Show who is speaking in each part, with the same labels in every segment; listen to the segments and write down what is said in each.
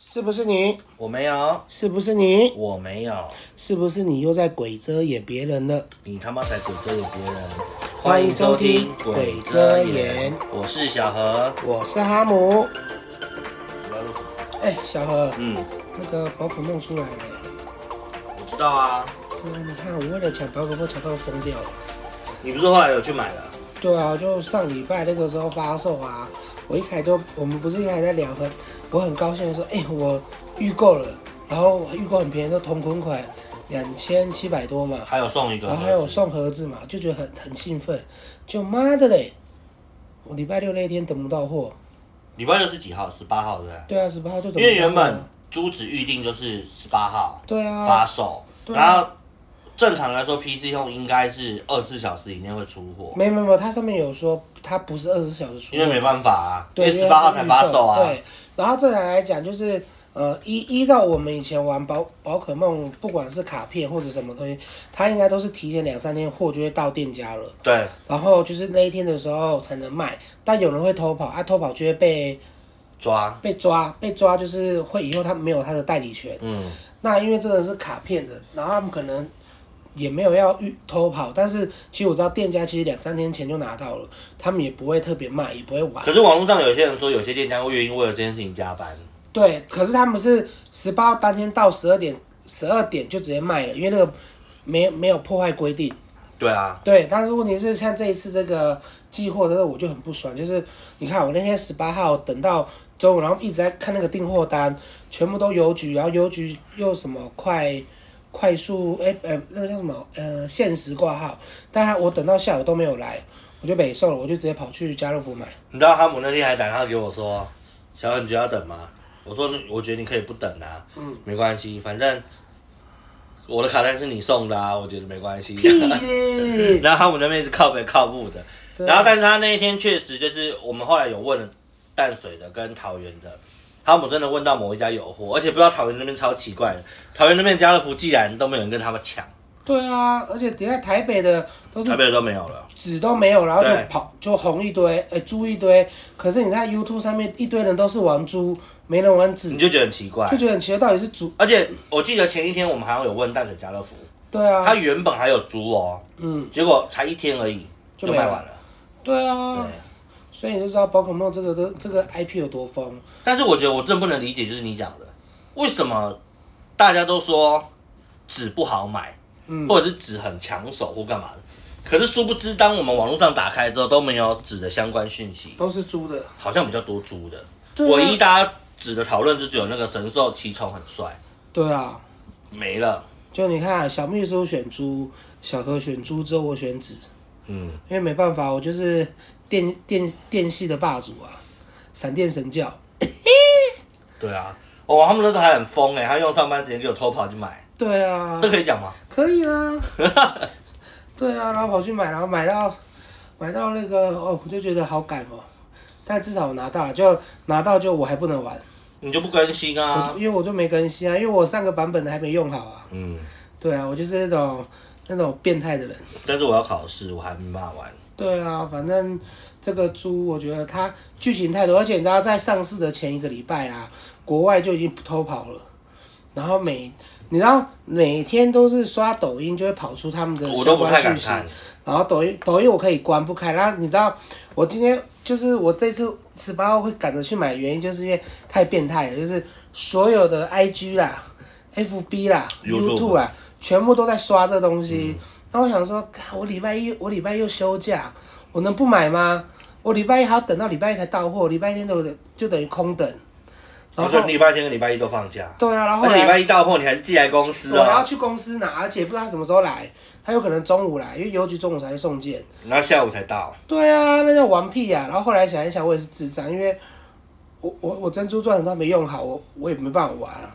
Speaker 1: 是不是你？
Speaker 2: 我没有，
Speaker 1: 是不是你？
Speaker 2: 我没有，
Speaker 1: 是不是你又在鬼遮掩别人了？
Speaker 2: 你他妈才鬼遮眼别人！
Speaker 1: 欢迎收听鬼遮眼，
Speaker 2: 我是小何。
Speaker 1: 我是哈姆。哎、小何，
Speaker 2: 嗯，
Speaker 1: 那个宝可梦出来了。
Speaker 2: 我知道啊，
Speaker 1: 对啊，你看我为了抢宝可梦抢到疯掉了。
Speaker 2: 你不是后来有去买了？
Speaker 1: 对啊，就上礼拜那个时候发售啊，我一开都我们不是一开始在聊很，我很高兴的说，哎、我预购了，然后我预购很便宜，都同捆款两千七百多嘛，
Speaker 2: 还有送一个
Speaker 1: 然
Speaker 2: 盒
Speaker 1: 哦
Speaker 2: 子，
Speaker 1: 后还有送盒子嘛，就觉得很很兴奋，就妈的嘞，我礼拜六那一天等不到货，
Speaker 2: 礼拜六是几号？十八号对不对？
Speaker 1: 对啊，十八号就等不到货啊
Speaker 2: 因为原本珠子预定就是十八号
Speaker 1: 对啊
Speaker 2: 发，售，
Speaker 1: 对啊
Speaker 2: 然后正常来说 PC 用应该是二十四小时以内会出货，
Speaker 1: 没没没，它上面有说它不是二十小时出货，
Speaker 2: 因为没办法啊，因
Speaker 1: 对，
Speaker 2: 为
Speaker 1: 因为
Speaker 2: 十八号
Speaker 1: 它
Speaker 2: 才
Speaker 1: 是预
Speaker 2: 发售啊。
Speaker 1: 对，然后正常来讲就是。呃，依依照我们以前玩宝宝可梦，不管是卡片或者什么东西，它应该都是提前两三天货就会到店家了，
Speaker 2: 对，
Speaker 1: 然后就是那一天的时候才能卖。但有人会偷跑，啊，偷跑就会被
Speaker 2: 抓，
Speaker 1: 被抓，被抓就是会以后他没有他的代理权。
Speaker 2: 嗯，
Speaker 1: 那因为这个是卡片的，然后他们可能也没有要预偷跑，但是其实我知道店家其实两三天前就拿到了，他们也不会特别卖，也不会玩
Speaker 2: 可。是网络上有些人说，有些店家会愿意为了这件事情加班。
Speaker 1: 对，可是他们是十八当天到十二点，十二点就直接卖了，因为那个没没有破坏规定。
Speaker 2: 对啊，
Speaker 1: 对，但是问题是像这一次这个寄货的时候，我就很不爽，就是你看我那天十八号等到中午，然后一直在看那个订货单，全部都邮局，然后邮局又什么快快速哎呃那个叫什么呃限时挂号，但他我等到下午都没有来，我就北送了，我就直接跑去家乐福买。
Speaker 2: 你知道哈姆那天还打电话给我说，小恩你觉得要等吗？我说，我觉得你可以不等啊，
Speaker 1: 嗯，
Speaker 2: 没关系，反正我的卡带是你送的啊，我觉得没关系。
Speaker 1: 屁嘞！
Speaker 2: 然后哈姆那边是靠北靠步的，
Speaker 1: 对
Speaker 2: 然后但是他那一天确实就是我们后来有问了淡水的跟桃园的，哈姆真的问到某一家有货，而且不知道桃园那边超奇怪的，桃园那边家乐福既然都没有人跟他们抢，
Speaker 1: 对啊，而且等下台北的都是
Speaker 2: 台北的都没有了。
Speaker 1: 纸都没有，然后就
Speaker 2: 对
Speaker 1: 跑就红一堆，呃、猪一堆。可是你看 YouTube 上面一堆人都是玩猪，没人玩纸，
Speaker 2: 你就觉得很奇怪
Speaker 1: 就。觉得很奇怪，到底是猪？
Speaker 2: 而且我记得前一天我们好像有问淡水家乐福，
Speaker 1: 对啊，
Speaker 2: 他原本还有猪哦，
Speaker 1: 嗯，
Speaker 2: 结果才一天而已
Speaker 1: 就
Speaker 2: 就卖完了。
Speaker 1: 对啊，
Speaker 2: 对，
Speaker 1: 所以你就知道宝可梦这个的这个 IP 有多疯。
Speaker 2: 但是我觉得我真不能理解，就是你讲的，为什么大家都说纸不好买，
Speaker 1: 嗯，
Speaker 2: 或者是纸很抢手或干嘛的，可是殊不知，当我们网络上打开之后都没有纸的相关讯息，
Speaker 1: 都是猪的。
Speaker 2: 好像比较多猪的。
Speaker 1: 对啊
Speaker 2: 唯一大家纸的讨论就只有那个神兽奇虫很帅，
Speaker 1: 对啊，
Speaker 2: 没了。
Speaker 1: 就你看小秘书选猪，小何选猪之后我选纸，
Speaker 2: 嗯，
Speaker 1: 因为没办法，我就是电电电系的霸主啊，闪电神教。
Speaker 2: 对啊，哦，他们那时候还很疯哎、他用上班时间给我偷跑去买，
Speaker 1: 对啊，
Speaker 2: 这可以讲吗？
Speaker 1: 可以啊， 对啊，然后跑去买，然后买到买到那个哦，我就觉得好赶哦。但至少我拿到了，就拿到就我还不能玩，
Speaker 2: 你就不更新啊
Speaker 1: 我？因为我就没更新啊，因为我上个版本的还没用好啊。
Speaker 2: 嗯，
Speaker 1: 对啊，我就是那种那种变态的人。
Speaker 2: 但是我要考试，我还没办法玩。
Speaker 1: 对啊，反正这个猪，我觉得它剧情太多，而且你知道，在上市的前一个礼拜啊，国外就已经偷跑了，然后每你知道每天都是刷抖音就会跑出他们的
Speaker 2: 我都
Speaker 1: 相
Speaker 2: 不太
Speaker 1: 关
Speaker 2: 敢
Speaker 1: 讯息
Speaker 2: 看，，
Speaker 1: 然后抖音抖音我可以关不开，然后你知道我今天就是我这次十八号会赶着去买，原因就是因为太变态了，就是所有的 IG 啦、FB 啦、
Speaker 2: YouTube 嗯
Speaker 1: YouTube 啦，全部都在刷这东西。那、我想说，干我礼拜一我礼拜一又休假，我能不买吗？我礼拜一还要等到礼拜一才到货，礼拜天都就等于空等。然
Speaker 2: 我
Speaker 1: 后
Speaker 2: 说礼拜天跟礼拜一都放假，
Speaker 1: 对啊，然后后
Speaker 2: 而且
Speaker 1: 来
Speaker 2: 礼拜一到货你还是寄来公司
Speaker 1: 我还要
Speaker 2: 啊，
Speaker 1: 去公司拿，而且不知道他什么时候来，他有可能中午来，因为邮局中午才会送件。
Speaker 2: 然后下午才到。
Speaker 1: 对啊，那叫玩屁呀、然后后来想一想，我也是智障，因为我我我珍珠钻很多没用好，我我也没办法玩啊。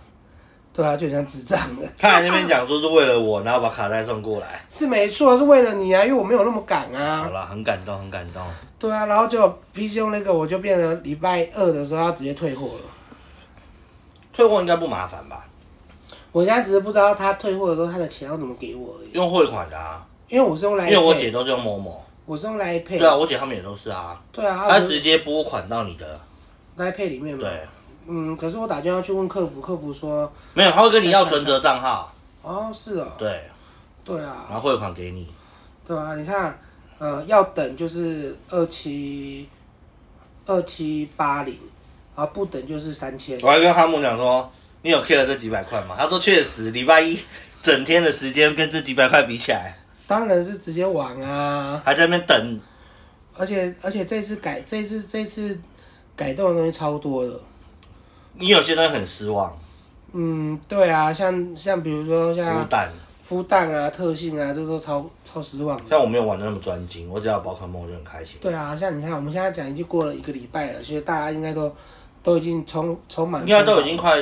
Speaker 1: 对啊，就像智障的，
Speaker 2: 他还在那边讲说是为了我，然后把卡带送过来。
Speaker 1: 是没错，是为了你啊，因为我没有那么赶
Speaker 2: 好
Speaker 1: 啊。
Speaker 2: 啦，很感动，很感动。
Speaker 1: 对啊，然后就 PC 用那个，我就变成礼拜二的时候要直接退货了。
Speaker 2: 退货应该不麻烦吧？
Speaker 1: 我现在只是不知道他退货的时候他的钱要怎么给我而已，
Speaker 2: 用汇款的啊，
Speaker 1: 因为我是用来
Speaker 2: 因为我姐都是用某某。
Speaker 1: 我是用来 pay，
Speaker 2: 对啊，我姐他们也都是啊，
Speaker 1: 对啊，他
Speaker 2: 她直接拨款到你的。
Speaker 1: 来 pay 里面嘛，
Speaker 2: 对，
Speaker 1: 嗯，可是我打电话去问客服，客服说，
Speaker 2: 没有，他会跟你要存折账号，
Speaker 1: 哦，是哦，
Speaker 2: 对，
Speaker 1: 对
Speaker 2: 然
Speaker 1: 啊，
Speaker 2: 后汇款给你。
Speaker 1: 对啊，你看，呃，要等就是二七二七八零，然后不等就是三千，
Speaker 2: 我还跟哈姆讲说，你有 care 这几百块吗？他说确实，礼拜一整天的时间跟这几百块比起来，
Speaker 1: 当然是直接网啊，
Speaker 2: 还在那边等。
Speaker 1: 而且而且这次改这次这次改动的东西超多的，
Speaker 2: 你有些人很失望，
Speaker 1: 嗯，对啊，像像比如说
Speaker 2: 孵
Speaker 1: 像
Speaker 2: 蛋。
Speaker 1: 孵蛋啊、特性啊，这都超超失望的。
Speaker 2: 像我没有玩的那么专精，我只要宝可梦我就很开心。
Speaker 1: 对啊，像你看，我们现在讲已经过了一个礼拜了，所以大家应该都都已经充充满，
Speaker 2: 应该都已经快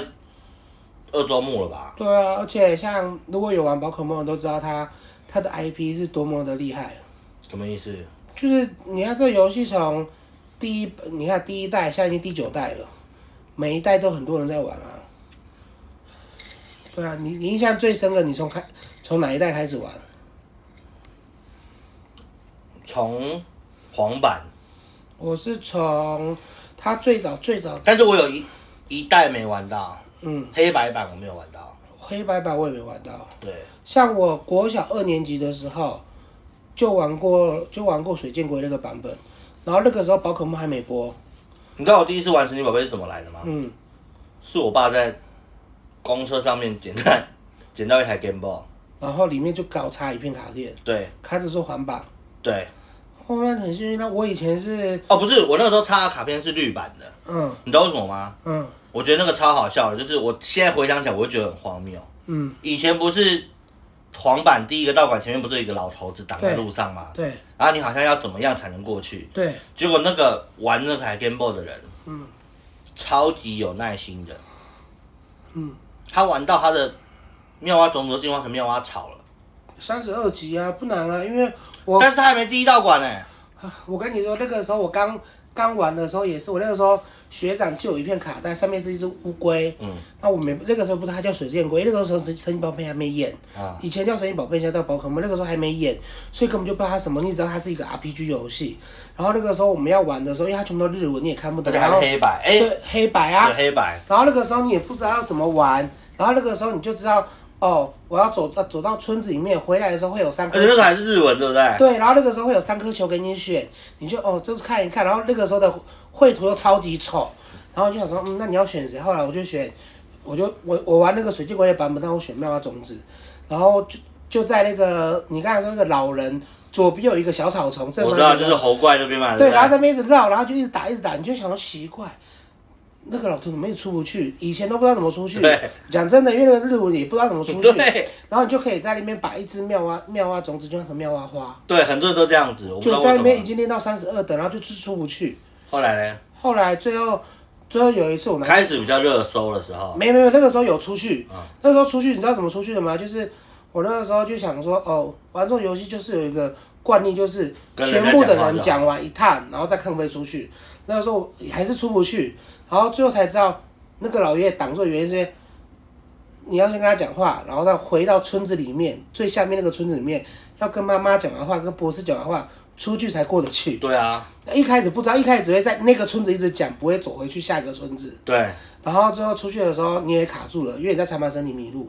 Speaker 2: 二周目了吧？
Speaker 1: 对啊，而且像如果有玩宝可梦的都知道它它的 IP 是多么的厉害，
Speaker 2: 什么意思？
Speaker 1: 就是你看这游戏从第一，你看第一代现在已经第九代了，每一代都很多人在玩啊。对啊，你你印象最深的，你从开从哪一代开始玩？
Speaker 2: 从黄版，
Speaker 1: 我是从它最早最早，
Speaker 2: 但是我有一一代没玩到，
Speaker 1: 嗯，
Speaker 2: 黑白版我没有玩到。
Speaker 1: 黑白版我也没玩到。
Speaker 2: 对，
Speaker 1: 像我国小二年级的时候，就玩过就玩过水箭龟那个版本，然后那个时候宝可梦还没播，
Speaker 2: 你知道我第一次玩神奇宝贝是怎么来的吗？
Speaker 1: 嗯，
Speaker 2: 是我爸在公车上面捡到捡到一台 Game Boy。
Speaker 1: 然后里面就搞插一片卡片，
Speaker 2: 对
Speaker 1: 开始说环保。
Speaker 2: 对，
Speaker 1: 哦，那很幸运，那我以前是，
Speaker 2: 哦，不是，我那个时候插的卡片是绿版的，
Speaker 1: 嗯
Speaker 2: 你知道为什么吗？
Speaker 1: 嗯
Speaker 2: 我觉得那个超好笑的，就是我现在回想起来，我就觉得很荒谬。
Speaker 1: 嗯，
Speaker 2: 以前不是黄板第一个道馆前面不是有一个老头子挡在
Speaker 1: 对
Speaker 2: 路上吗？
Speaker 1: 对
Speaker 2: 然后你好像要怎么样才能过去？
Speaker 1: 对，
Speaker 2: 结果那个玩那台 Game Boy 的人
Speaker 1: 嗯
Speaker 2: 超级有耐心的，
Speaker 1: 嗯，
Speaker 2: 他玩到他的妙蛙种子进化成妙蛙草了，
Speaker 1: 三十二级啊，不难啊，因为我
Speaker 2: 但是他还没第一道馆呢、
Speaker 1: 我跟你说，那个时候我刚刚玩的时候也是，我那个时候学长借我一片卡带，上面是一只乌龟，
Speaker 2: 嗯
Speaker 1: 那我没那个时候不是它叫水箭龟，那个时候神神奇宝贝还没演。
Speaker 2: 啊，
Speaker 1: 以前叫神奇宝贝，现在叫宝可梦，那个时候还没演，所以根本就不知道它什么。你只知道它是一个 RPG 游戏。然后那个时候我们要玩的时候，因为它全部都日文，你也看不
Speaker 2: 而
Speaker 1: 懂，
Speaker 2: 且还
Speaker 1: 然
Speaker 2: 是
Speaker 1: 后
Speaker 2: 黑白，哎、
Speaker 1: 对黑白啊
Speaker 2: 有，黑白，
Speaker 1: 然后那个时候你也不知道要怎么玩，然后那个时候你就知道哦，我要走到走到村子里面，回来的时候会有三
Speaker 2: 而且那
Speaker 1: 颗
Speaker 2: 个还是日文，对不对？
Speaker 1: 对，然后那个时候会有三颗球给你选，你就哦就看一看，然后那个时候的绘图又超级丑，然后我就想说嗯，那你要选谁？后来我就选，我就我我玩那个水晶龟的版本，但我选妙蛙种子，然后就就在那个你刚才说那个老人左边有一个小草丛，正
Speaker 2: 我
Speaker 1: 方
Speaker 2: 知道，
Speaker 1: 有一
Speaker 2: 就
Speaker 1: 个
Speaker 2: 是猴怪那边嘛，
Speaker 1: 对，
Speaker 2: 不
Speaker 1: 然后在那边一直绕，然后就一直打，一直打，你就想说奇怪，那个老头怎么也出不去？以前都不知道怎么出去
Speaker 2: 对。
Speaker 1: 讲真的，因为那个日文也不知道怎么出去。
Speaker 2: 对
Speaker 1: 然后你就可以在那边把一只妙蛙妙蛙种子就换成妙蛙花，
Speaker 2: 对，很多人都这样子，我不知道
Speaker 1: 就在那
Speaker 2: 为
Speaker 1: 边已
Speaker 2: 什么。
Speaker 1: 经练到三十二等，然后就是出不去。
Speaker 2: 后来呢，
Speaker 1: 后来最后最后有一次我拿
Speaker 2: 开始比较热搜的时候，
Speaker 1: 没没有，那个时候有出去，
Speaker 2: 嗯
Speaker 1: 那时候出去，你知道怎么出去的吗？就是我那个时候就想说，哦，玩这种游戏就是有一个惯例，就是
Speaker 2: 跟人家
Speaker 1: 全部的
Speaker 2: 讲话就
Speaker 1: 人
Speaker 2: 好
Speaker 1: 讲完一趟，然后再看会不会出去。那个时候还是出不去，然后最后才知道那个老爷爷挡住的原因是因为你要先跟他讲话，然后再回到村子里面最下面那个村子里面，要跟妈妈讲完话，跟博士讲完话，出去才过得去。
Speaker 2: 对啊，
Speaker 1: 一开始不知道，一开始只会在那个村子一直讲，不会走回去下一个村子。
Speaker 2: 对，
Speaker 1: 然后最后出去的时候你也卡住了，因为你在长盘森林迷路。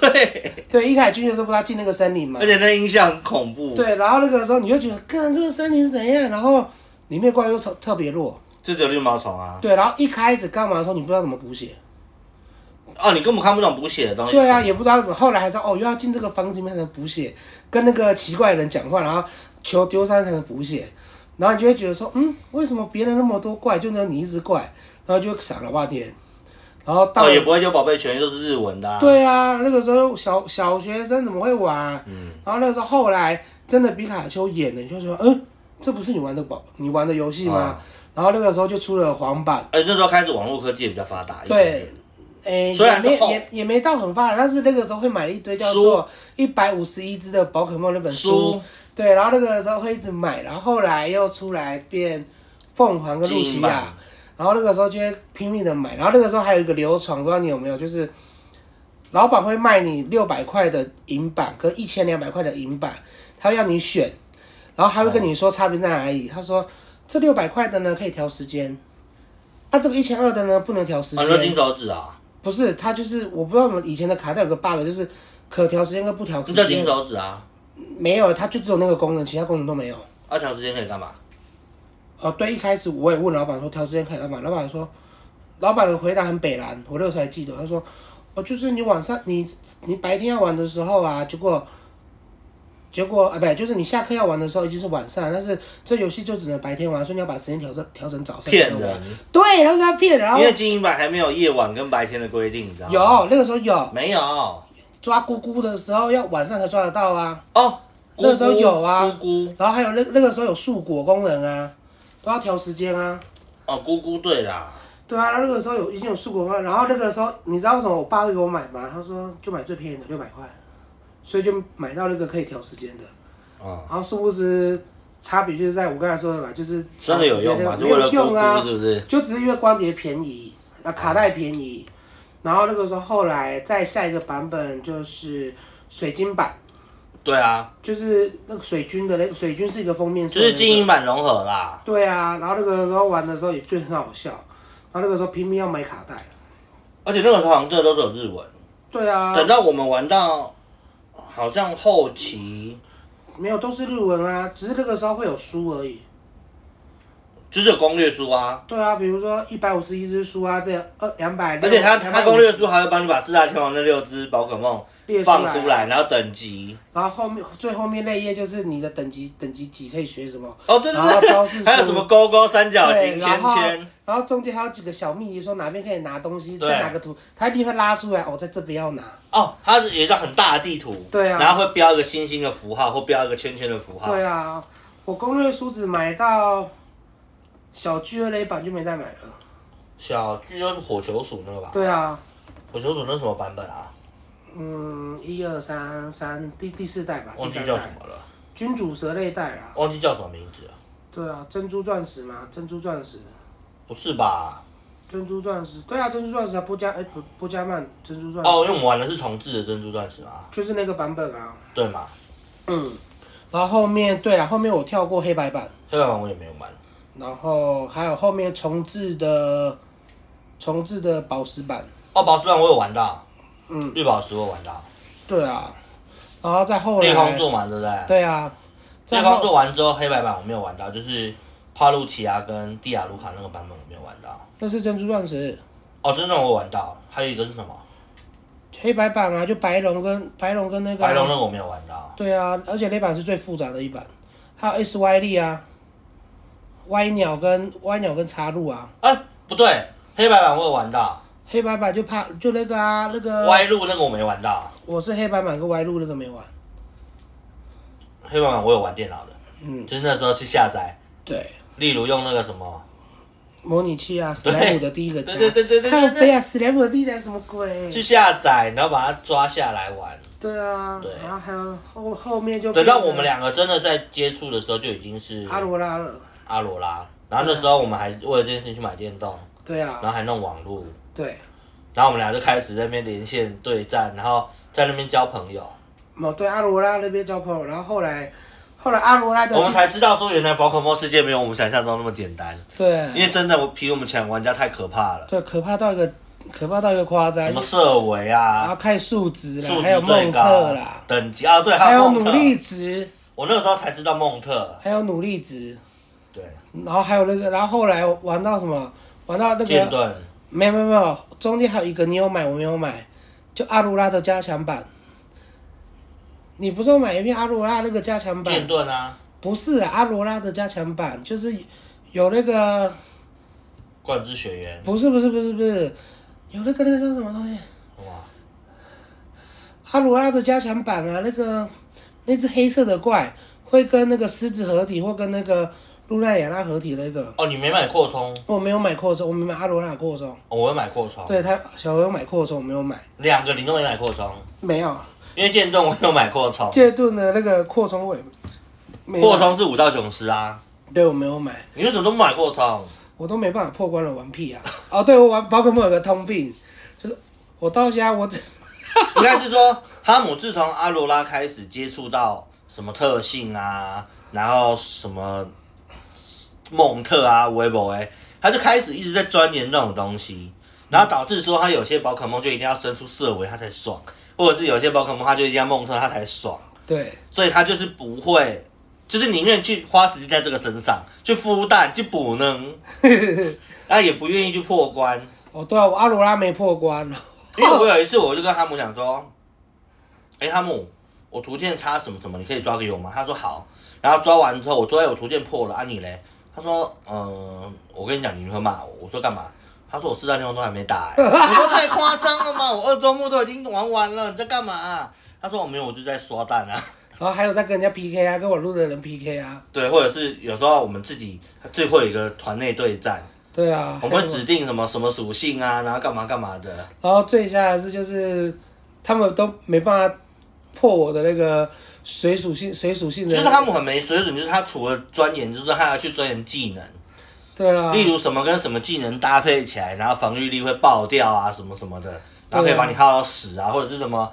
Speaker 2: 对，
Speaker 1: 对，一开始进去的时候不知道进那个森林嘛
Speaker 2: 而。且那音效很恐怖，
Speaker 1: 对，然后那个时候你就觉得，看这个森林是怎样，然后里面怪又特特别弱。
Speaker 2: 就只有绿毛虫啊。
Speaker 1: 对，然后一开始干嘛的时候你不知道怎么补血。
Speaker 2: 哦，你根本看不懂补血的东西。
Speaker 1: 对啊，也不知道怎么，后来还知道哦，又要进这个房子里面才能补血，跟那个奇怪的人讲话，然后球丢上去才能补血。然后你就会觉得说，嗯，为什么别人那么多怪，就只有你一只怪？然后就想了半天，然后到
Speaker 2: 哦，
Speaker 1: 了
Speaker 2: 也不会有宝贝全都是日文的、啊。，
Speaker 1: 对啊，那个时候小小学生怎么会玩？
Speaker 2: 嗯
Speaker 1: 然后那个时候后来真的皮卡丘演了，你就说，嗯、这不是你玩的宝，你玩的游戏吗？
Speaker 2: 啊
Speaker 1: 然后那个时候就出了黄版，
Speaker 2: 而且呃那时候开始网络科技也比较发达一点
Speaker 1: 对
Speaker 2: 点。，
Speaker 1: 诶、
Speaker 2: 哎虽
Speaker 1: 也
Speaker 2: 然
Speaker 1: 没
Speaker 2: 后
Speaker 1: 也也没到很发达，但是那个时候会买了一堆叫做一百五十一只的宝可梦那本书，
Speaker 2: 书
Speaker 1: 对，然后那个时候会一直买，然后后来又出来变凤凰跟露
Speaker 2: 精
Speaker 1: 西
Speaker 2: 英
Speaker 1: 亚
Speaker 2: 版，
Speaker 1: 然后那个时候就会拼命的买，然后那个时候还有一个流传，不知道你有没有，就是老板会卖你六百块的银板跟一千两百块的银板，他会让你选，然后还会跟你说差别在哪里，他说这六百块的呢可以调时间，啊，这个一千二的呢不能调时
Speaker 2: 很多金
Speaker 1: 间，
Speaker 2: 手指啊，
Speaker 1: 不是它就是我不知道我们以前的卡带有个 bug，就是可调时间跟不调时
Speaker 2: 这叫金
Speaker 1: 间，
Speaker 2: 手指啊，
Speaker 1: 没有，它就只有那个功能，其他功能都没有。
Speaker 2: 啊，调时间可以干嘛？
Speaker 1: 呃，对，一开始我也问老板说调时间可以干嘛，老板说，老板的回答很北蓝，我那时候还记得，他说，哦，就是你晚上你你白天要玩的时候啊，结果。结果啊，不对，就是你下课要玩的时候已经是晚上，但是这游戏就只能白天玩，所以你要把时间调整调整早上。
Speaker 2: 骗人！
Speaker 1: 对，他说他骗人，然后
Speaker 2: 因为金银版还没有夜晚跟白天的规定，你知道吗？
Speaker 1: 有那个时候有
Speaker 2: 没有？哦，
Speaker 1: 抓姑姑的时候要晚上才抓得到啊，
Speaker 2: 姑姑
Speaker 1: 那时候有啊
Speaker 2: 姑姑
Speaker 1: 然后还有那那个时候有树果功能啊，都要调时间啊。
Speaker 2: 哦，姑姑对啦，
Speaker 1: 对啊，然后那个时候有已经有蔬果饭，然后那个时候你知道为什么我爸会给我买吗？他说就买最便宜的六百块，所以就买到那个可以调时间的。
Speaker 2: 嗯，
Speaker 1: 然后殊不知差别就是在我刚才说的嘛，就是
Speaker 2: 真的有用吗？
Speaker 1: 吗？
Speaker 2: 就
Speaker 1: 没
Speaker 2: 为了
Speaker 1: 啊有
Speaker 2: 姑
Speaker 1: 用
Speaker 2: 姑
Speaker 1: 啊，
Speaker 2: 是不是？
Speaker 1: 就只是因为光碟便宜，啊卡带便宜，然后那个时候后来再下一个版本就是水晶版，
Speaker 2: 对啊，
Speaker 1: 就是那个水军的那个水军是一个封面，
Speaker 2: 就是金
Speaker 1: 营。
Speaker 2: 银版融合啦。
Speaker 1: 对啊，然后那个时候玩的时候也就很好笑，然后那个时候拼命要买卡带。
Speaker 2: 而且那个时候好像这都是有日文，
Speaker 1: 对啊，
Speaker 2: 等到我们玩到好像后期，
Speaker 1: 没有，都是日文啊，只是那个时候会有书而已。
Speaker 2: 就是有攻略书啊，
Speaker 1: 对啊，比如说一百五十一只书啊，这二两百，
Speaker 2: 而且他他攻略书还会帮你把四大天王那六只宝可梦
Speaker 1: 列
Speaker 2: 放
Speaker 1: 出
Speaker 2: 出
Speaker 1: 来，啊
Speaker 2: 来，然后等级。
Speaker 1: 然后后面最后面那一页就是你的等级等级几可以学什么，
Speaker 2: 哦，对
Speaker 1: 然后
Speaker 2: 对
Speaker 1: 招
Speaker 2: 对，
Speaker 1: 式
Speaker 2: 还有
Speaker 1: 书
Speaker 2: 什么勾勾、三角
Speaker 1: 对，
Speaker 2: 形、
Speaker 1: 然
Speaker 2: 圈
Speaker 1: 后
Speaker 2: 圈，
Speaker 1: 然后中间还有几个小秘籍，说哪边可以拿东西，
Speaker 2: 对
Speaker 1: 在哪个图，他一定会拉出来，哦，在这边要拿。
Speaker 2: 哦，它是有一张很大的地图，
Speaker 1: 对啊
Speaker 2: 然后会标一个星星的符号，或标一个圈圈的符号。
Speaker 1: 对啊，我攻略书只买到小巨二雷版就没再买了。
Speaker 2: 小巨就是火球鼠那个吧？
Speaker 1: 对啊，
Speaker 2: 火球鼠那什么版本啊？
Speaker 1: 嗯，一二三三第第四代吧，
Speaker 2: 忘
Speaker 1: 第
Speaker 2: 记
Speaker 1: 三
Speaker 2: 叫
Speaker 1: 代
Speaker 2: 什。么了，
Speaker 1: 君主蛇类带啦，
Speaker 2: 忘记叫什么名字了？
Speaker 1: 对啊，珍珠钻石嘛，珍珠钻石，
Speaker 2: 不是吧？
Speaker 1: 珍珠钻石，对啊，珍珠钻石啊，波加哎不波加曼珍珠钻石，
Speaker 2: 哦，因为我们玩的是重置的珍珠钻石啊，
Speaker 1: 就是那个版本啊，
Speaker 2: 对嘛？
Speaker 1: 嗯，然后后面对啊，后面我跳过黑白版，
Speaker 2: 黑白版我也没有玩，
Speaker 1: 然后还有后面重置的重置的宝石版，
Speaker 2: 哦，宝石版我有玩到，
Speaker 1: 嗯，
Speaker 2: 绿宝石我有玩到，
Speaker 1: 对啊，然后再后
Speaker 2: 裂空
Speaker 1: 来，
Speaker 2: 做嘛，对不对？
Speaker 1: 对啊，
Speaker 2: 裂
Speaker 1: 再
Speaker 2: 空
Speaker 1: 后
Speaker 2: 做完之后，黑白版我没有玩到，就是帕路奇亚跟蒂亚卢卡那个版本我没有玩到。
Speaker 1: 那是珍珠钻石，
Speaker 2: 哦，真的我有玩到，还有一个是什么？
Speaker 1: 黑白版啊，就白龙跟白龙跟那个啊、
Speaker 2: 白龙那个我没有玩到。
Speaker 1: 对啊，而且那版是最复杂的一版，还有 SYD 啊，Y 鸟跟 Y 鸟跟插入啊，
Speaker 2: 哎、不对，黑白版我有玩到，
Speaker 1: 黑白版就怕就那个啊那个
Speaker 2: 歪路那个我没玩到，
Speaker 1: 我是黑白版跟 Y 路那个没玩，
Speaker 2: 黑白版我有玩电脑的，
Speaker 1: 嗯，
Speaker 2: 就是那时候去下载，
Speaker 1: 对，
Speaker 2: 例如用那个什么，
Speaker 1: 模拟器啊，史
Speaker 2: 对
Speaker 1: 莱姆的第一个家，
Speaker 2: 对对对对对
Speaker 1: 看
Speaker 2: 对
Speaker 1: 对
Speaker 2: 对，
Speaker 1: 啊，史莱姆的第一家什么鬼？
Speaker 2: 去下载，然后把它抓下来玩。
Speaker 1: 对啊，
Speaker 2: 对
Speaker 1: 然后还有后后面就
Speaker 2: 等到
Speaker 1: 变成
Speaker 2: 我们两个真的在接触的时候，就已经是
Speaker 1: 阿罗拉了，
Speaker 2: 阿罗拉。然后那时候我们还为了这件事情去买电动，
Speaker 1: 对
Speaker 2: 然
Speaker 1: 啊，
Speaker 2: 后还弄网路，
Speaker 1: 对，
Speaker 2: 然后我们俩就开始在那边连线对战，然后在那边交朋友。
Speaker 1: 哦对阿罗拉那边交朋友，然后后来后来阿罗拉的
Speaker 2: 我们才知道说，原来宝可梦世界没有我们想象中那么简单，因
Speaker 1: 对
Speaker 2: 为真的我比我们抢玩家太可怕了，
Speaker 1: 对可怕到一个可怕到一个夸张，
Speaker 2: 什么设围
Speaker 1: 然
Speaker 2: 啊
Speaker 1: 后，看数值啦，
Speaker 2: 数
Speaker 1: 还有
Speaker 2: 值最
Speaker 1: 孟
Speaker 2: 高啊
Speaker 1: 特啦，
Speaker 2: 等级啊，对，
Speaker 1: 还有
Speaker 2: 孟
Speaker 1: 努
Speaker 2: 特。
Speaker 1: 力值，
Speaker 2: 我那个时候才知道孟特，
Speaker 1: 还有努力值，
Speaker 2: 对，
Speaker 1: 然后还有那个，然后后来玩到什么？玩到那
Speaker 2: 剑
Speaker 1: 个
Speaker 2: 盾
Speaker 1: 没有没有没有，中间还有一个你有买我没有买，就阿鲁拉的加强版。你不是有买一片阿罗拉那个加强
Speaker 2: 剑
Speaker 1: 版？
Speaker 2: 盾啊，
Speaker 1: 不是啊阿罗拉的加强版，就是有那个
Speaker 2: 冠之学员，
Speaker 1: 不是不是不是不是，有那个那个叫什么东西？
Speaker 2: 哇，
Speaker 1: 阿罗拉的加强版啊，那个那只黑色的怪会跟那个狮子合体，或跟那个露娜雅拉合体那个。
Speaker 2: 哦，你没买扩充，
Speaker 1: 我没有买扩充，我没买阿罗拉的扩充。
Speaker 2: 哦我有买扩充，
Speaker 1: 对他小朋友买扩充，我没有买，
Speaker 2: 两个你都没买扩充，
Speaker 1: 没有。
Speaker 2: 因为剑盾我有买扩充，
Speaker 1: 借盾的那个扩充我也没有
Speaker 2: 扩，充是武道雄狮啊，
Speaker 1: 对我没有买，
Speaker 2: 你为什么都不买扩充？
Speaker 1: 我都没办法破关了，玩屁啊！ 哦，对我玩宝可梦有个通病，就是我到现在我只
Speaker 2: 应该是说哈姆自从阿罗拉开始接触到什么特性啊，然后什么孟特啊、维博哎，他就开始一直在钻研那种东西，然后导致说他有些宝可梦就一定要伸出色尾他才爽，或者是有些宝可梦他就一定要梦特他才爽，
Speaker 1: 对，
Speaker 2: 所以他就是不会，就是宁愿去花时间在这个身上去孵蛋去补能，然后也不愿意去破关。
Speaker 1: 哦对啊，我阿罗拉没破关了，
Speaker 2: 因为我有一次我就跟哈姆讲说，哎、哈姆，我图鉴差什么什么，你可以抓给我吗？他说好。然后抓完之后，我说哎，我图鉴破了，啊你嘞？他说嗯、呃我跟你讲，你会骂我。我说干嘛？他说我四大天王都还没打、欸，我说太夸张了嘛，我二周目都已经玩完了，你在干嘛啊、他说我没有，我就在刷蛋啊。
Speaker 1: 然后还有在跟人家 PK 啊，跟网络的人 PK 啊，
Speaker 2: 对，或者是有时候我们自己最会有一个团内对战，
Speaker 1: 对啊，
Speaker 2: 哦我们
Speaker 1: 还
Speaker 2: 会
Speaker 1: 有
Speaker 2: 指定什么什么属性啊，然后干嘛干嘛的。
Speaker 1: 然后最吓的是就是他们都没办法破我的那个水属性水属性
Speaker 2: 就
Speaker 1: 的
Speaker 2: 是，他们很没水准，就是他除了钻研，就是他要去钻研技能，
Speaker 1: 对啊，
Speaker 2: 例如什么跟什么技能搭配起来，然后防御力会爆掉啊，什么什么的，然后可以把你耗到死啊，或者是什么，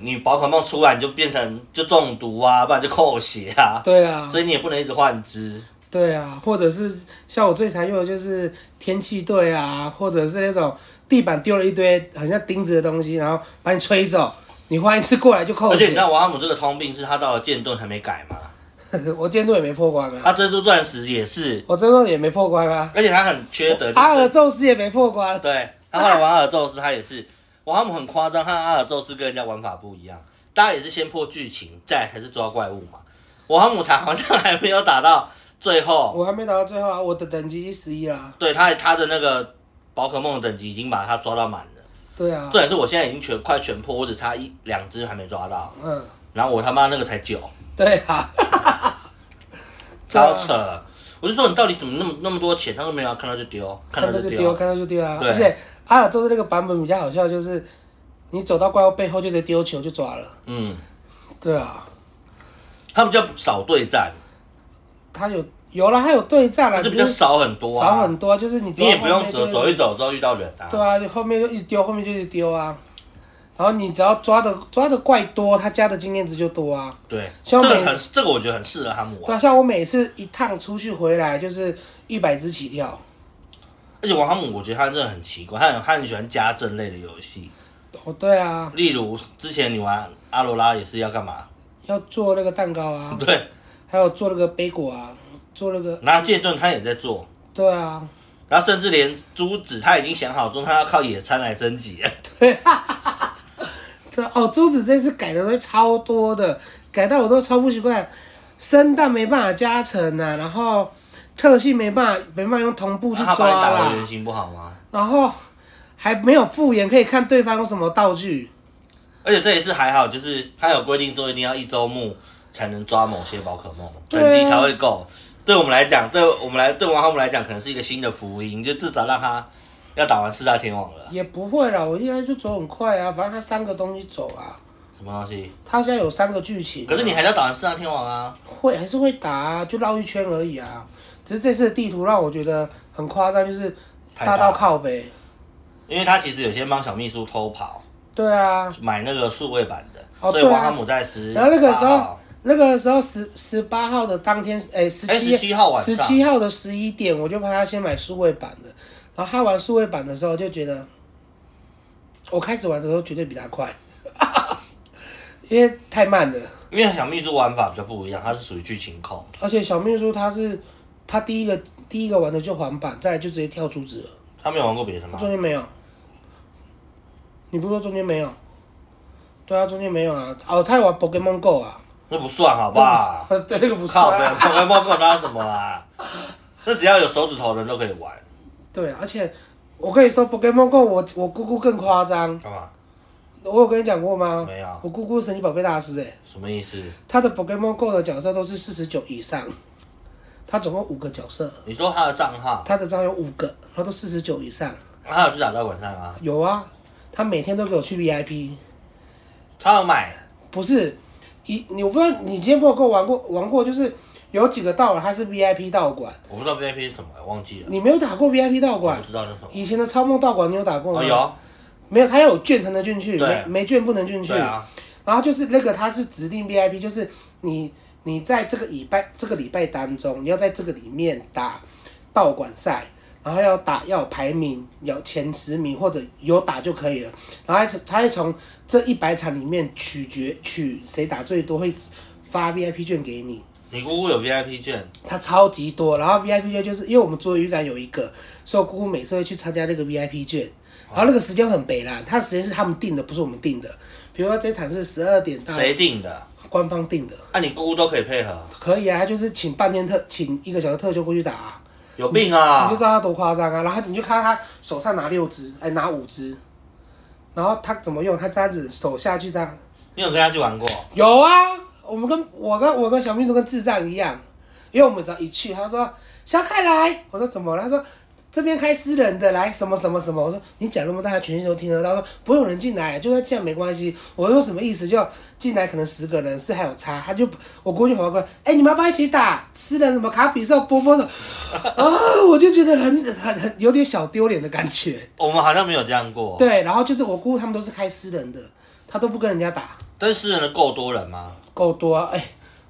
Speaker 2: 你宝可梦出来你就变成就中毒啊，不然就扣血啊，
Speaker 1: 对啊，
Speaker 2: 所以你也不能一直换只。
Speaker 1: 对啊，或者是像我最常用的就是天气队啊，或者是那种地板丢了一堆很像钉子的东西，然后把你吹走，你换一次过来就扣
Speaker 2: 而且你知
Speaker 1: 血。
Speaker 2: 道王哈姆这个通病是他到了剑盾还没改嘛，
Speaker 1: 我今天都也没破关啊，
Speaker 2: 他珍珠钻石也是，
Speaker 1: 我真的也没破关啊，
Speaker 2: 而且他很缺德，
Speaker 1: 阿尔
Speaker 2: 就是
Speaker 1: 宙斯也没破啊关。
Speaker 2: 对他后来玩阿尔宙斯他也是，王哈姆很夸张，他阿尔宙斯跟人家玩法不一样，大家也是先破剧情，再来才是抓怪物嘛，王哈姆才好像还没有打到最后。
Speaker 1: 我还没打到最后啊，我的等级十一啊啦。
Speaker 2: 对他他的那个宝可梦等级已经把它抓到满了，
Speaker 1: 对啊，
Speaker 2: 重点是我现在已经全快全破，我只差一两只还没抓到，
Speaker 1: 嗯，
Speaker 2: 然后我他妈那个才九，
Speaker 1: 对啊，
Speaker 2: 超扯！我就说你到底怎么那么那么多钱？他说没有啊，看到就丢，看
Speaker 1: 看
Speaker 2: 到
Speaker 1: 到就
Speaker 2: 就
Speaker 1: 丢，
Speaker 2: 丢。
Speaker 1: 看到就丢啊！
Speaker 2: 对
Speaker 1: 而且阿尔宙斯那个版本比较好笑，就是你走到怪物背后就直接丢球就抓了。
Speaker 2: 嗯，
Speaker 1: 对啊，
Speaker 2: 他比较少对战，
Speaker 1: 他有有了，他有对战
Speaker 2: 他
Speaker 1: 了，
Speaker 2: 就
Speaker 1: 只
Speaker 2: 比较
Speaker 1: 是
Speaker 2: 少很多
Speaker 1: 少
Speaker 2: 啊。
Speaker 1: 很多啊，就是你走到
Speaker 2: 你也不用
Speaker 1: 后面
Speaker 2: 走
Speaker 1: 就
Speaker 2: 走一走之后遇到人啊。
Speaker 1: 对啊，你后面就一直丢，后面就一直丢啊。然后你只要抓的抓的怪多，他加的经验值就多啊。
Speaker 2: 对，这
Speaker 1: 像
Speaker 2: 个
Speaker 1: 我
Speaker 2: 很这个我觉得很适合哈姆
Speaker 1: 对
Speaker 2: 玩，
Speaker 1: 啊，像我每次一趟出去回来就是一百只起跳，
Speaker 2: 而且玩哈姆我觉得他真的很奇怪，他很他很喜欢家政类的游戏，
Speaker 1: 哦对啊，
Speaker 2: 例如之前你玩阿罗拉也是要干嘛？
Speaker 1: 要做那个蛋糕啊，
Speaker 2: 对，
Speaker 1: 还有做那个杯果啊，做那个
Speaker 2: 然后剑盾他也在做，
Speaker 1: 对啊，
Speaker 2: 然后甚至连珠子他已经想好中，他要靠野餐来升级了。
Speaker 1: 对啊哦，珠子这次改的东西超多的，改到我都超不习惯，生蛋没办法加成啊，然后特性没办法没办法用同步去
Speaker 2: 他
Speaker 1: 抓
Speaker 2: 把你打
Speaker 1: 啦
Speaker 2: 回，原形不好吗？
Speaker 1: 然后还没有复原，可以看对方有什么道具。
Speaker 2: 而且这也是还好，就是他有规定说一定要一周目才能抓某些宝可梦，等
Speaker 1: 对啊
Speaker 2: 级才会够。对我们来讲，对我们来对王浩姆来讲，可能是一个新的福音，就至少让他要打完四大天王了。
Speaker 1: 也不会啦，我应该就走很快啊，反正他三个东西走啊，
Speaker 2: 什么东西？
Speaker 1: 他现在有三个剧情啊、
Speaker 2: 可是你还是要打完四大天 王啊！
Speaker 1: 会还是会打啊，就绕一圈而已啊。只是这次的地图让我觉得很夸张，就是
Speaker 2: 太
Speaker 1: 大
Speaker 2: 大
Speaker 1: 到
Speaker 2: 了
Speaker 1: 靠北。
Speaker 2: 因为他其实有些帮小秘书偷跑，
Speaker 1: 对啊，
Speaker 2: 买那个数位版的，
Speaker 1: 哦
Speaker 2: 所以
Speaker 1: 对啊
Speaker 2: 王哈姆在十
Speaker 1: 然后那个时
Speaker 2: 八
Speaker 1: 候
Speaker 2: 号，
Speaker 1: 那个时候十十八号的当天，哎、十
Speaker 2: 哎
Speaker 1: 七
Speaker 2: 17号晚上
Speaker 1: 十七号的十一点，我就帮他先买数位版的。然后他玩数位版的时候，就觉得我开始玩的时候绝对比他快， 因为太慢了。
Speaker 2: 因为小秘书玩法比较不一样，他是属于剧情控。
Speaker 1: 而且小秘书他是他第一个第一个玩的就环板，再来就直接跳珠子了，
Speaker 2: 他没有玩过别的吗？
Speaker 1: 中间没有。你不是说中间没有？对啊，中间没有啊。哦，他有玩 Pokemon Go 啊。
Speaker 2: 那不算好吧？
Speaker 1: 对，那个不是、
Speaker 2: 靠的
Speaker 1: 啊。
Speaker 2: ，Pokemon Go 拿什么啊？那只要有手指头的人都可以玩，
Speaker 1: 对，而且我跟你说，Pokemon Go，我我姑姑更夸张。
Speaker 2: 干嘛？
Speaker 1: 我有跟你讲过吗？
Speaker 2: 没有
Speaker 1: 我姑姑神奇宝贝大师哎、
Speaker 2: 什么意思？
Speaker 1: 她的 Pokemon Go 的角色都是四十九以上，她总共五个角色，
Speaker 2: 你说他的账号，
Speaker 1: 她的账号有五个，然后都四十九以上。
Speaker 2: 他有去打道馆赛吗？
Speaker 1: 有啊，她每天都给我去 VIP。
Speaker 2: 他有买，
Speaker 1: 不是，一你我不知道你今天有没有跟我玩过玩过，就是有几个道馆它是 VIP 道馆，
Speaker 2: 我不知道 VIP 是什么，忘记了，
Speaker 1: 你没有打过 VIP 道
Speaker 2: 我
Speaker 1: 馆
Speaker 2: 不，知道那什么。
Speaker 1: 以前的超梦道馆你有打过吗？
Speaker 2: 哦，有，
Speaker 1: 没有，它要有券才能进去，
Speaker 2: 对
Speaker 1: 没没券不能进去。
Speaker 2: 对啊，
Speaker 1: 然后就是那个它是指定 VIP，就是你你在这个礼拜这个礼拜当中，你要在这个里面打道馆赛，然后要打要有排名，有前十名或者有打就可以了。然后他他会从这一百场里面取决取谁打最多，会发 VIP 券给你。
Speaker 2: 你姑姑有 VIP 券，
Speaker 1: 它超级多，然后 VIP 券就是因为我们做渔港有一个，所以我姑姑每次会去参加那个 VIP 券，然后那个时间很北啦，它的时间是他们定的，不是我们定的。比如说这场是十二点到，
Speaker 2: 谁定的？
Speaker 1: 官方定的，
Speaker 2: 啊，你姑姑都可以配合，
Speaker 1: 可以啊，他就是请半天特，请一个小时特休过去打、啊，
Speaker 2: 有病
Speaker 1: 你
Speaker 2: 啊
Speaker 1: 就！知道他多夸张啊。然后你就看他手上拿六只，哎，拿五只，然后他怎么用？他这样子手下去这样，
Speaker 2: 你有跟他去玩过？
Speaker 1: 有啊，我们跟我跟我跟小秘书跟智障一样，因为我们只要一去，他说小凯来，我说怎么了？他说这边开私人的，来什么什么什么。我说你讲那么大，全世界都听得到。他说不会有人进来，就算这样没关系。我说什么意思？就进来可能十个人是还有差，他就我过去跑过来，哎、你们要不要一起打私人什么卡比兽 波波的啊？我就觉得很很很有点小丢脸的感觉。
Speaker 2: 我们好像没有这样过。
Speaker 1: 对，然后就是我姑姑他们都是开私人的，他都不跟人家打。
Speaker 2: 但是私人的够多人吗？
Speaker 1: 够多啊哎、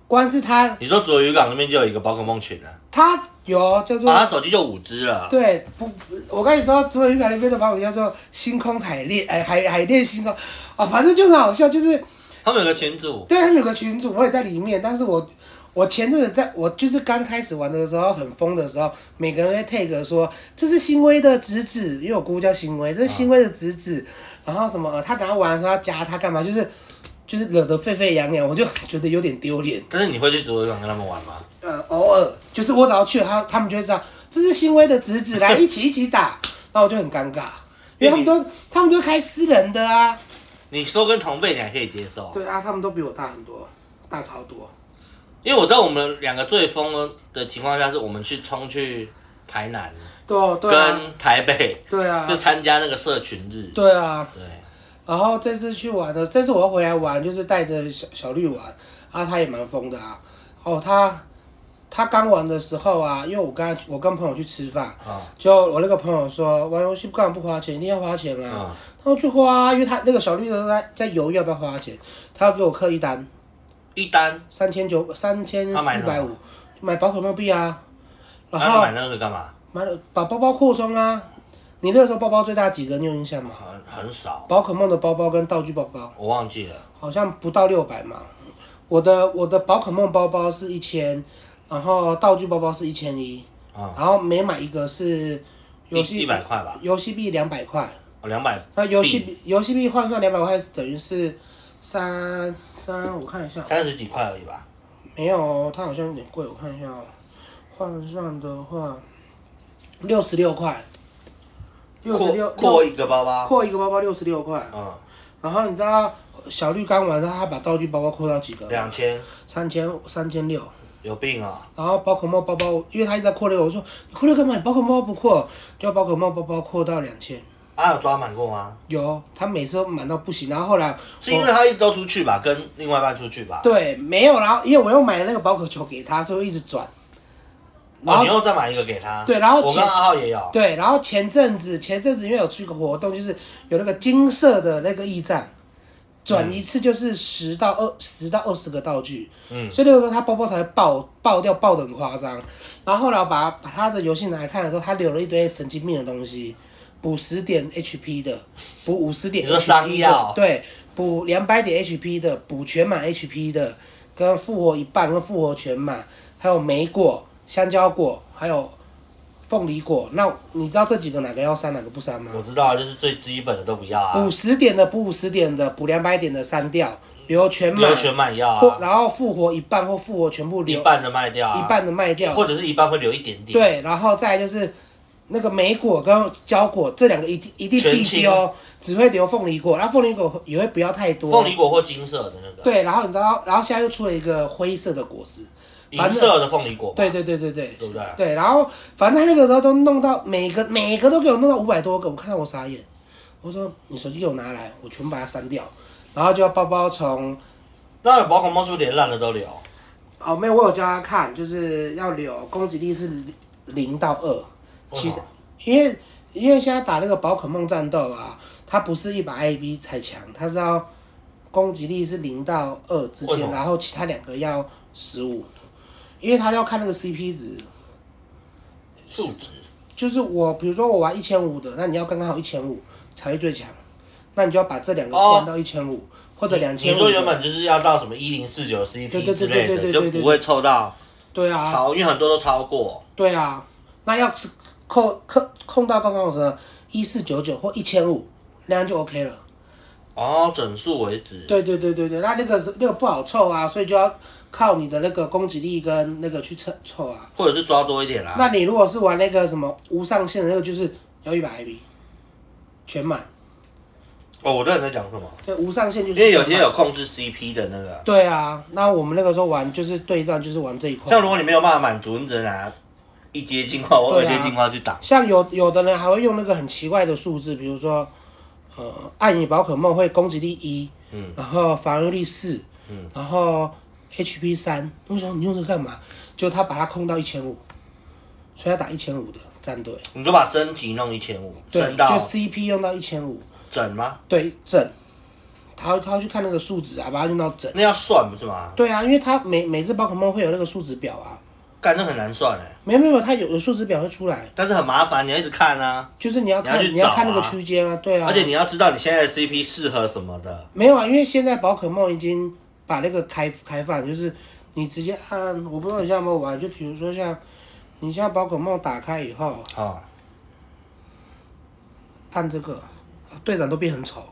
Speaker 1: 光是他
Speaker 2: 你说左渔港那边就有一个宝可梦群了，
Speaker 1: 他有叫做、
Speaker 2: 啊，他手机就五只了。
Speaker 1: 对不，我跟你说，除了渔港那边的把我叫做星空海恋，哎、海海恋星空啊、反正就很好笑，就是
Speaker 2: 他们有个群主，
Speaker 1: 对他们有个群主，我也在里面，但是我我前阵子在我就是刚开始玩的时候很疯的时候，每个人会 take 说这是新威的侄子，因为我姑姑叫新威，这是新威的侄子，然后什么、呃他等下玩的时候要加他干嘛，就是就是惹得沸沸扬扬，我就觉得有点丢脸。
Speaker 2: 但是你会去左渔港跟他们玩吗？
Speaker 1: 呃，偶尔就是我只要去，他他们就会知道这是新威的侄子，来一起一起 打，那我就很尴尬，因为他们都他们都开私人的啊，
Speaker 2: 你说跟同辈你还可以接受，
Speaker 1: 对啊，他们都比我大很多，大超多，
Speaker 2: 因为我知道我们两个最疯的情况下是我们去冲去台南
Speaker 1: 对哦对啊，
Speaker 2: 跟台北，
Speaker 1: 对
Speaker 2: 就
Speaker 1: 啊，
Speaker 2: 参加那个社群日。
Speaker 1: 对啊，
Speaker 2: 对，
Speaker 1: 然后这次去玩的，这次我要回来玩，就是带着小小绿玩，啊，他也蛮疯的啊，哦，他他刚玩的时候啊，因为我跟他我跟朋友去吃饭，
Speaker 2: 啊，
Speaker 1: 就我那个朋友说玩游戏干嘛不花钱，一定要花钱啊。
Speaker 2: 嗯，
Speaker 1: 他要去花，啊因为他那个小绿人在在犹豫要不要花钱，他要给我刻一单
Speaker 2: 一单，
Speaker 1: 三千九三千
Speaker 2: 他买
Speaker 1: 四
Speaker 2: 什
Speaker 1: 百
Speaker 2: 么
Speaker 1: 五，买宝可梦币啊，然
Speaker 2: 然后
Speaker 1: 后
Speaker 2: 买那个干嘛？
Speaker 1: 买了把包包扩充啊。你那个时候包包最大几个？你有印象吗？
Speaker 2: 很很少，
Speaker 1: 宝可梦的包包跟道具包包
Speaker 2: 我忘记了。
Speaker 1: 好像不到六百嘛。我的我的宝可梦包包是一千，然后道具包包是一千一，
Speaker 2: 啊、
Speaker 1: 然后每买一个是游
Speaker 2: 一一
Speaker 1: 戏
Speaker 2: 百块吧，
Speaker 1: 游戏币两百块。
Speaker 2: 哦，两百
Speaker 1: 那游戏
Speaker 2: 嗯
Speaker 1: 币游戏币换算两百块等于是三三，我看一下，
Speaker 2: 三十几块而已吧。
Speaker 1: 没有哦，它好像有点贵，我看一下哦。换算的话，六十六块，六十六
Speaker 2: 扩扩一个包包，
Speaker 1: 扩一个包包六十六块。
Speaker 2: 嗯，
Speaker 1: 然后你知道小绿刚玩的时候，他把道具包包扩到几个？
Speaker 2: 两千，
Speaker 1: 三千三千六。
Speaker 2: 有病啊！
Speaker 1: 然后宝可梦包包，因为他一直在扩六，我说你扩六干嘛？你宝可梦包包不扩，就宝可梦包包扩到两千。
Speaker 2: 啊，有抓满过吗？
Speaker 1: 有，他每次都满到不行，然后后来
Speaker 2: 是因为他一直都出去吧，跟另外一半出去吧。
Speaker 1: 对，没有，然后因为我又买了那个宝可球给他，所以我一直转。然
Speaker 2: 哦，
Speaker 1: 后
Speaker 2: 你又再买一个给他。
Speaker 1: 对然后
Speaker 2: 我
Speaker 1: 前
Speaker 2: 跟阿浩也有。
Speaker 1: 对，然后前阵子前阵子因为有出一个活动，就是有那个金色的那个驿站，转一次就是十到二十到二十个道具，
Speaker 2: 嗯，
Speaker 1: 所以那个时候他包包才会爆爆掉，爆的很夸张。然后后来我把把他的游戏拿来看的时候，他留了一堆神经病的东西，补十点 HP 的，补五十点
Speaker 2: 你说啊
Speaker 1: HP
Speaker 2: 伤
Speaker 1: 的
Speaker 2: 药，
Speaker 1: 对，补两百点 HP 的，补全满 HP 的，跟复活一半跟复活全满，还有莓果、香蕉果，还有凤梨果。那你知道这几个哪个要删，哪个不删吗？
Speaker 2: 我知道，就是最基本的都不要啊
Speaker 1: 补，十点的补五十点的，补两百点的删掉，留全满
Speaker 2: 留，全满要
Speaker 1: 或
Speaker 2: 啊，
Speaker 1: 然后复活一半或复活全部
Speaker 2: 一
Speaker 1: 留
Speaker 2: 半的卖掉啊，
Speaker 1: 一半的卖掉，
Speaker 2: 或者是一半会留一点点。，
Speaker 1: 对，然后再来就是那个莓果跟胶果这两个一定一定必
Speaker 2: 全清
Speaker 1: 丢，只会留凤梨果，然后凤梨果也会不要太多。
Speaker 2: 凤梨果或金色的那个，
Speaker 1: 对，然后你知道，然后现在又出了一个灰色的果实，
Speaker 2: 银色的凤梨果吧。
Speaker 1: 对对对对对，
Speaker 2: 对不对
Speaker 1: 对，然后反正他那个时候都弄到每个每个都给我弄到五百多个，我看到我傻眼，我说你手机给我拿来，我全部把它删掉，然后就要包包从
Speaker 2: 那宝可梦是不是连烂的都留？
Speaker 1: 哦，没有，我有教他看，就是要留攻击力是零到二，其
Speaker 2: 为什么
Speaker 1: 因为因为现在打那个宝可梦战斗啊，它不是一把 AB 才强，它是要攻击力是零到二之
Speaker 2: 为什
Speaker 1: 间，
Speaker 2: 么
Speaker 1: 然后其他两个要十五，因为它要看那个 CP 值，
Speaker 2: 数值。
Speaker 1: 就是我，比如说我玩一千五的，那你要刚刚好一千五才会最强，那你就要把这两个
Speaker 2: 哦
Speaker 1: 换到一千五或者两
Speaker 2: 你
Speaker 1: 千五。
Speaker 2: 说原本就是要到什么一零四九
Speaker 1: 对
Speaker 2: CP
Speaker 1: 对对
Speaker 2: 之类
Speaker 1: 对对
Speaker 2: 的，
Speaker 1: 对
Speaker 2: 就
Speaker 1: 对对
Speaker 2: 不会凑到
Speaker 1: 对啊，
Speaker 2: 超，因为很多都超过。
Speaker 1: 对啊，那要是扣扣控到刚刚好的一四九九或一千五，那样就 OK 了。
Speaker 2: 哦，整数为止。
Speaker 1: 对对对对对，那那个是那个不好凑啊，所以就要靠你的那个攻击力跟那个去凑凑啊。
Speaker 2: 或者是抓多一点啊啦。
Speaker 1: 那你如果是玩那个什么无上限的那个，就是要一百 IB 全满，
Speaker 2: 哦，我知道你在讲什么，
Speaker 1: 对，无上限就
Speaker 2: 因
Speaker 1: 是
Speaker 2: 为有些
Speaker 1: 全满
Speaker 2: 有控制 CP 的那个，
Speaker 1: 对啊，那我们那个时候玩就是对战，就是玩这一块。
Speaker 2: 像如果你没有办法满足，你只能拿一阶进化或二
Speaker 1: 对啊
Speaker 2: 阶进化去打。
Speaker 1: 像有有的人还会用那个很奇怪的数字，比如说，呃，暗影宝可梦会攻击力一，
Speaker 2: 嗯，
Speaker 1: 然后防御力四，
Speaker 2: 嗯，
Speaker 1: 然后 HP 三。我想你用这个干嘛？就他把它控到一千五，所以他打一千五的战队，
Speaker 2: 你就把升级弄一千五，
Speaker 1: 对，
Speaker 2: 升
Speaker 1: 就
Speaker 2: 到
Speaker 1: CP 用到一千五，
Speaker 2: 整吗？
Speaker 1: 对整，他他会去看那个数值啊，把它用到整。
Speaker 2: 那要算不是吗？
Speaker 1: 对啊，因为他每每只宝可梦会有那个数值表啊，
Speaker 2: 干这很难算哎、
Speaker 1: 没有没有，它有有数值表会出来，
Speaker 2: 但是很麻烦，你要一直看啊，
Speaker 1: 就是你要
Speaker 2: 你要
Speaker 1: 看
Speaker 2: 去
Speaker 1: 你要
Speaker 2: 找
Speaker 1: 看那个
Speaker 2: 啊
Speaker 1: 区间啊，对啊，
Speaker 2: 而且你要知道你现在的 CP 适合什么的。
Speaker 1: 没有啊，因为现在宝可梦已经把那个开开放，就是你直接按，我不知道你像有没有玩，就比如说像你像宝可梦打开以后
Speaker 2: 哦，
Speaker 1: 按这个，啊队长都变很丑，
Speaker 2: 哦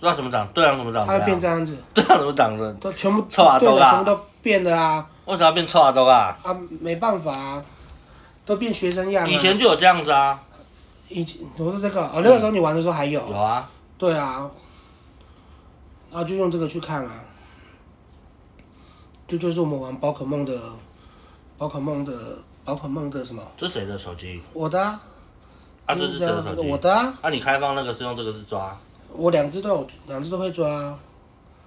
Speaker 2: 知道怎么长，队长怎么长
Speaker 1: 他会
Speaker 2: 这
Speaker 1: 变
Speaker 2: 样，
Speaker 1: 这样子，
Speaker 2: 队长怎么长的，
Speaker 1: 都全部
Speaker 2: 臭阿
Speaker 1: 队
Speaker 2: 斗
Speaker 1: 长全部
Speaker 2: 啦，
Speaker 1: 都变了啊
Speaker 2: 为什么要变臭阿斗啊？
Speaker 1: 啊，没办法啊，都变学生样啊。
Speaker 2: 以前就有这样子啊，
Speaker 1: 以前我说这个，哦那个时候你玩的时候还有，
Speaker 2: 有啊，
Speaker 1: 对啊，然后就用这个去看啊，这就是我们玩宝可梦的宝可梦的宝可梦的什么？
Speaker 2: 这谁的手机？
Speaker 1: 我的啊，
Speaker 2: 啊，这是谁的手机？
Speaker 1: 我的啊，
Speaker 2: 啊，你开放那个是用这个是抓，
Speaker 1: 我两只都有，两只都会抓啊。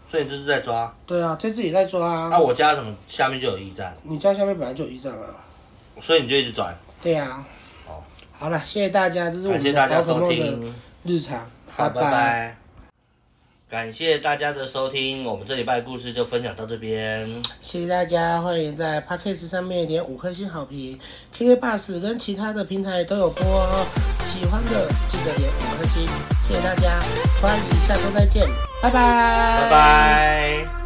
Speaker 2: 所以你就是在抓。
Speaker 1: 对啊，这只也在抓
Speaker 2: 那、啊、
Speaker 1: 啊。
Speaker 2: 我家什么下面就有驿站，
Speaker 1: 你家下面本来就有一张啊。
Speaker 2: 所以你就一直转。
Speaker 1: 对啊。
Speaker 2: 好。
Speaker 1: 好了，谢谢大家，这是我
Speaker 2: 哦感谢
Speaker 1: 们
Speaker 2: 大
Speaker 1: 的
Speaker 2: 家
Speaker 1: 宝可
Speaker 2: 收
Speaker 1: 梦的
Speaker 2: 听，
Speaker 1: 日常。
Speaker 2: 好，拜
Speaker 1: 拜
Speaker 2: 拜。感谢大家的收听，我们这礼拜的故事就分享到这边。
Speaker 1: 谢谢大家，欢迎在 Podcast 上面点五颗星好评，KK Bus 跟其他的平台都有播哦。喜欢的记得点五颗星，谢谢大家，欢迎下周再见，拜拜，
Speaker 2: 拜拜。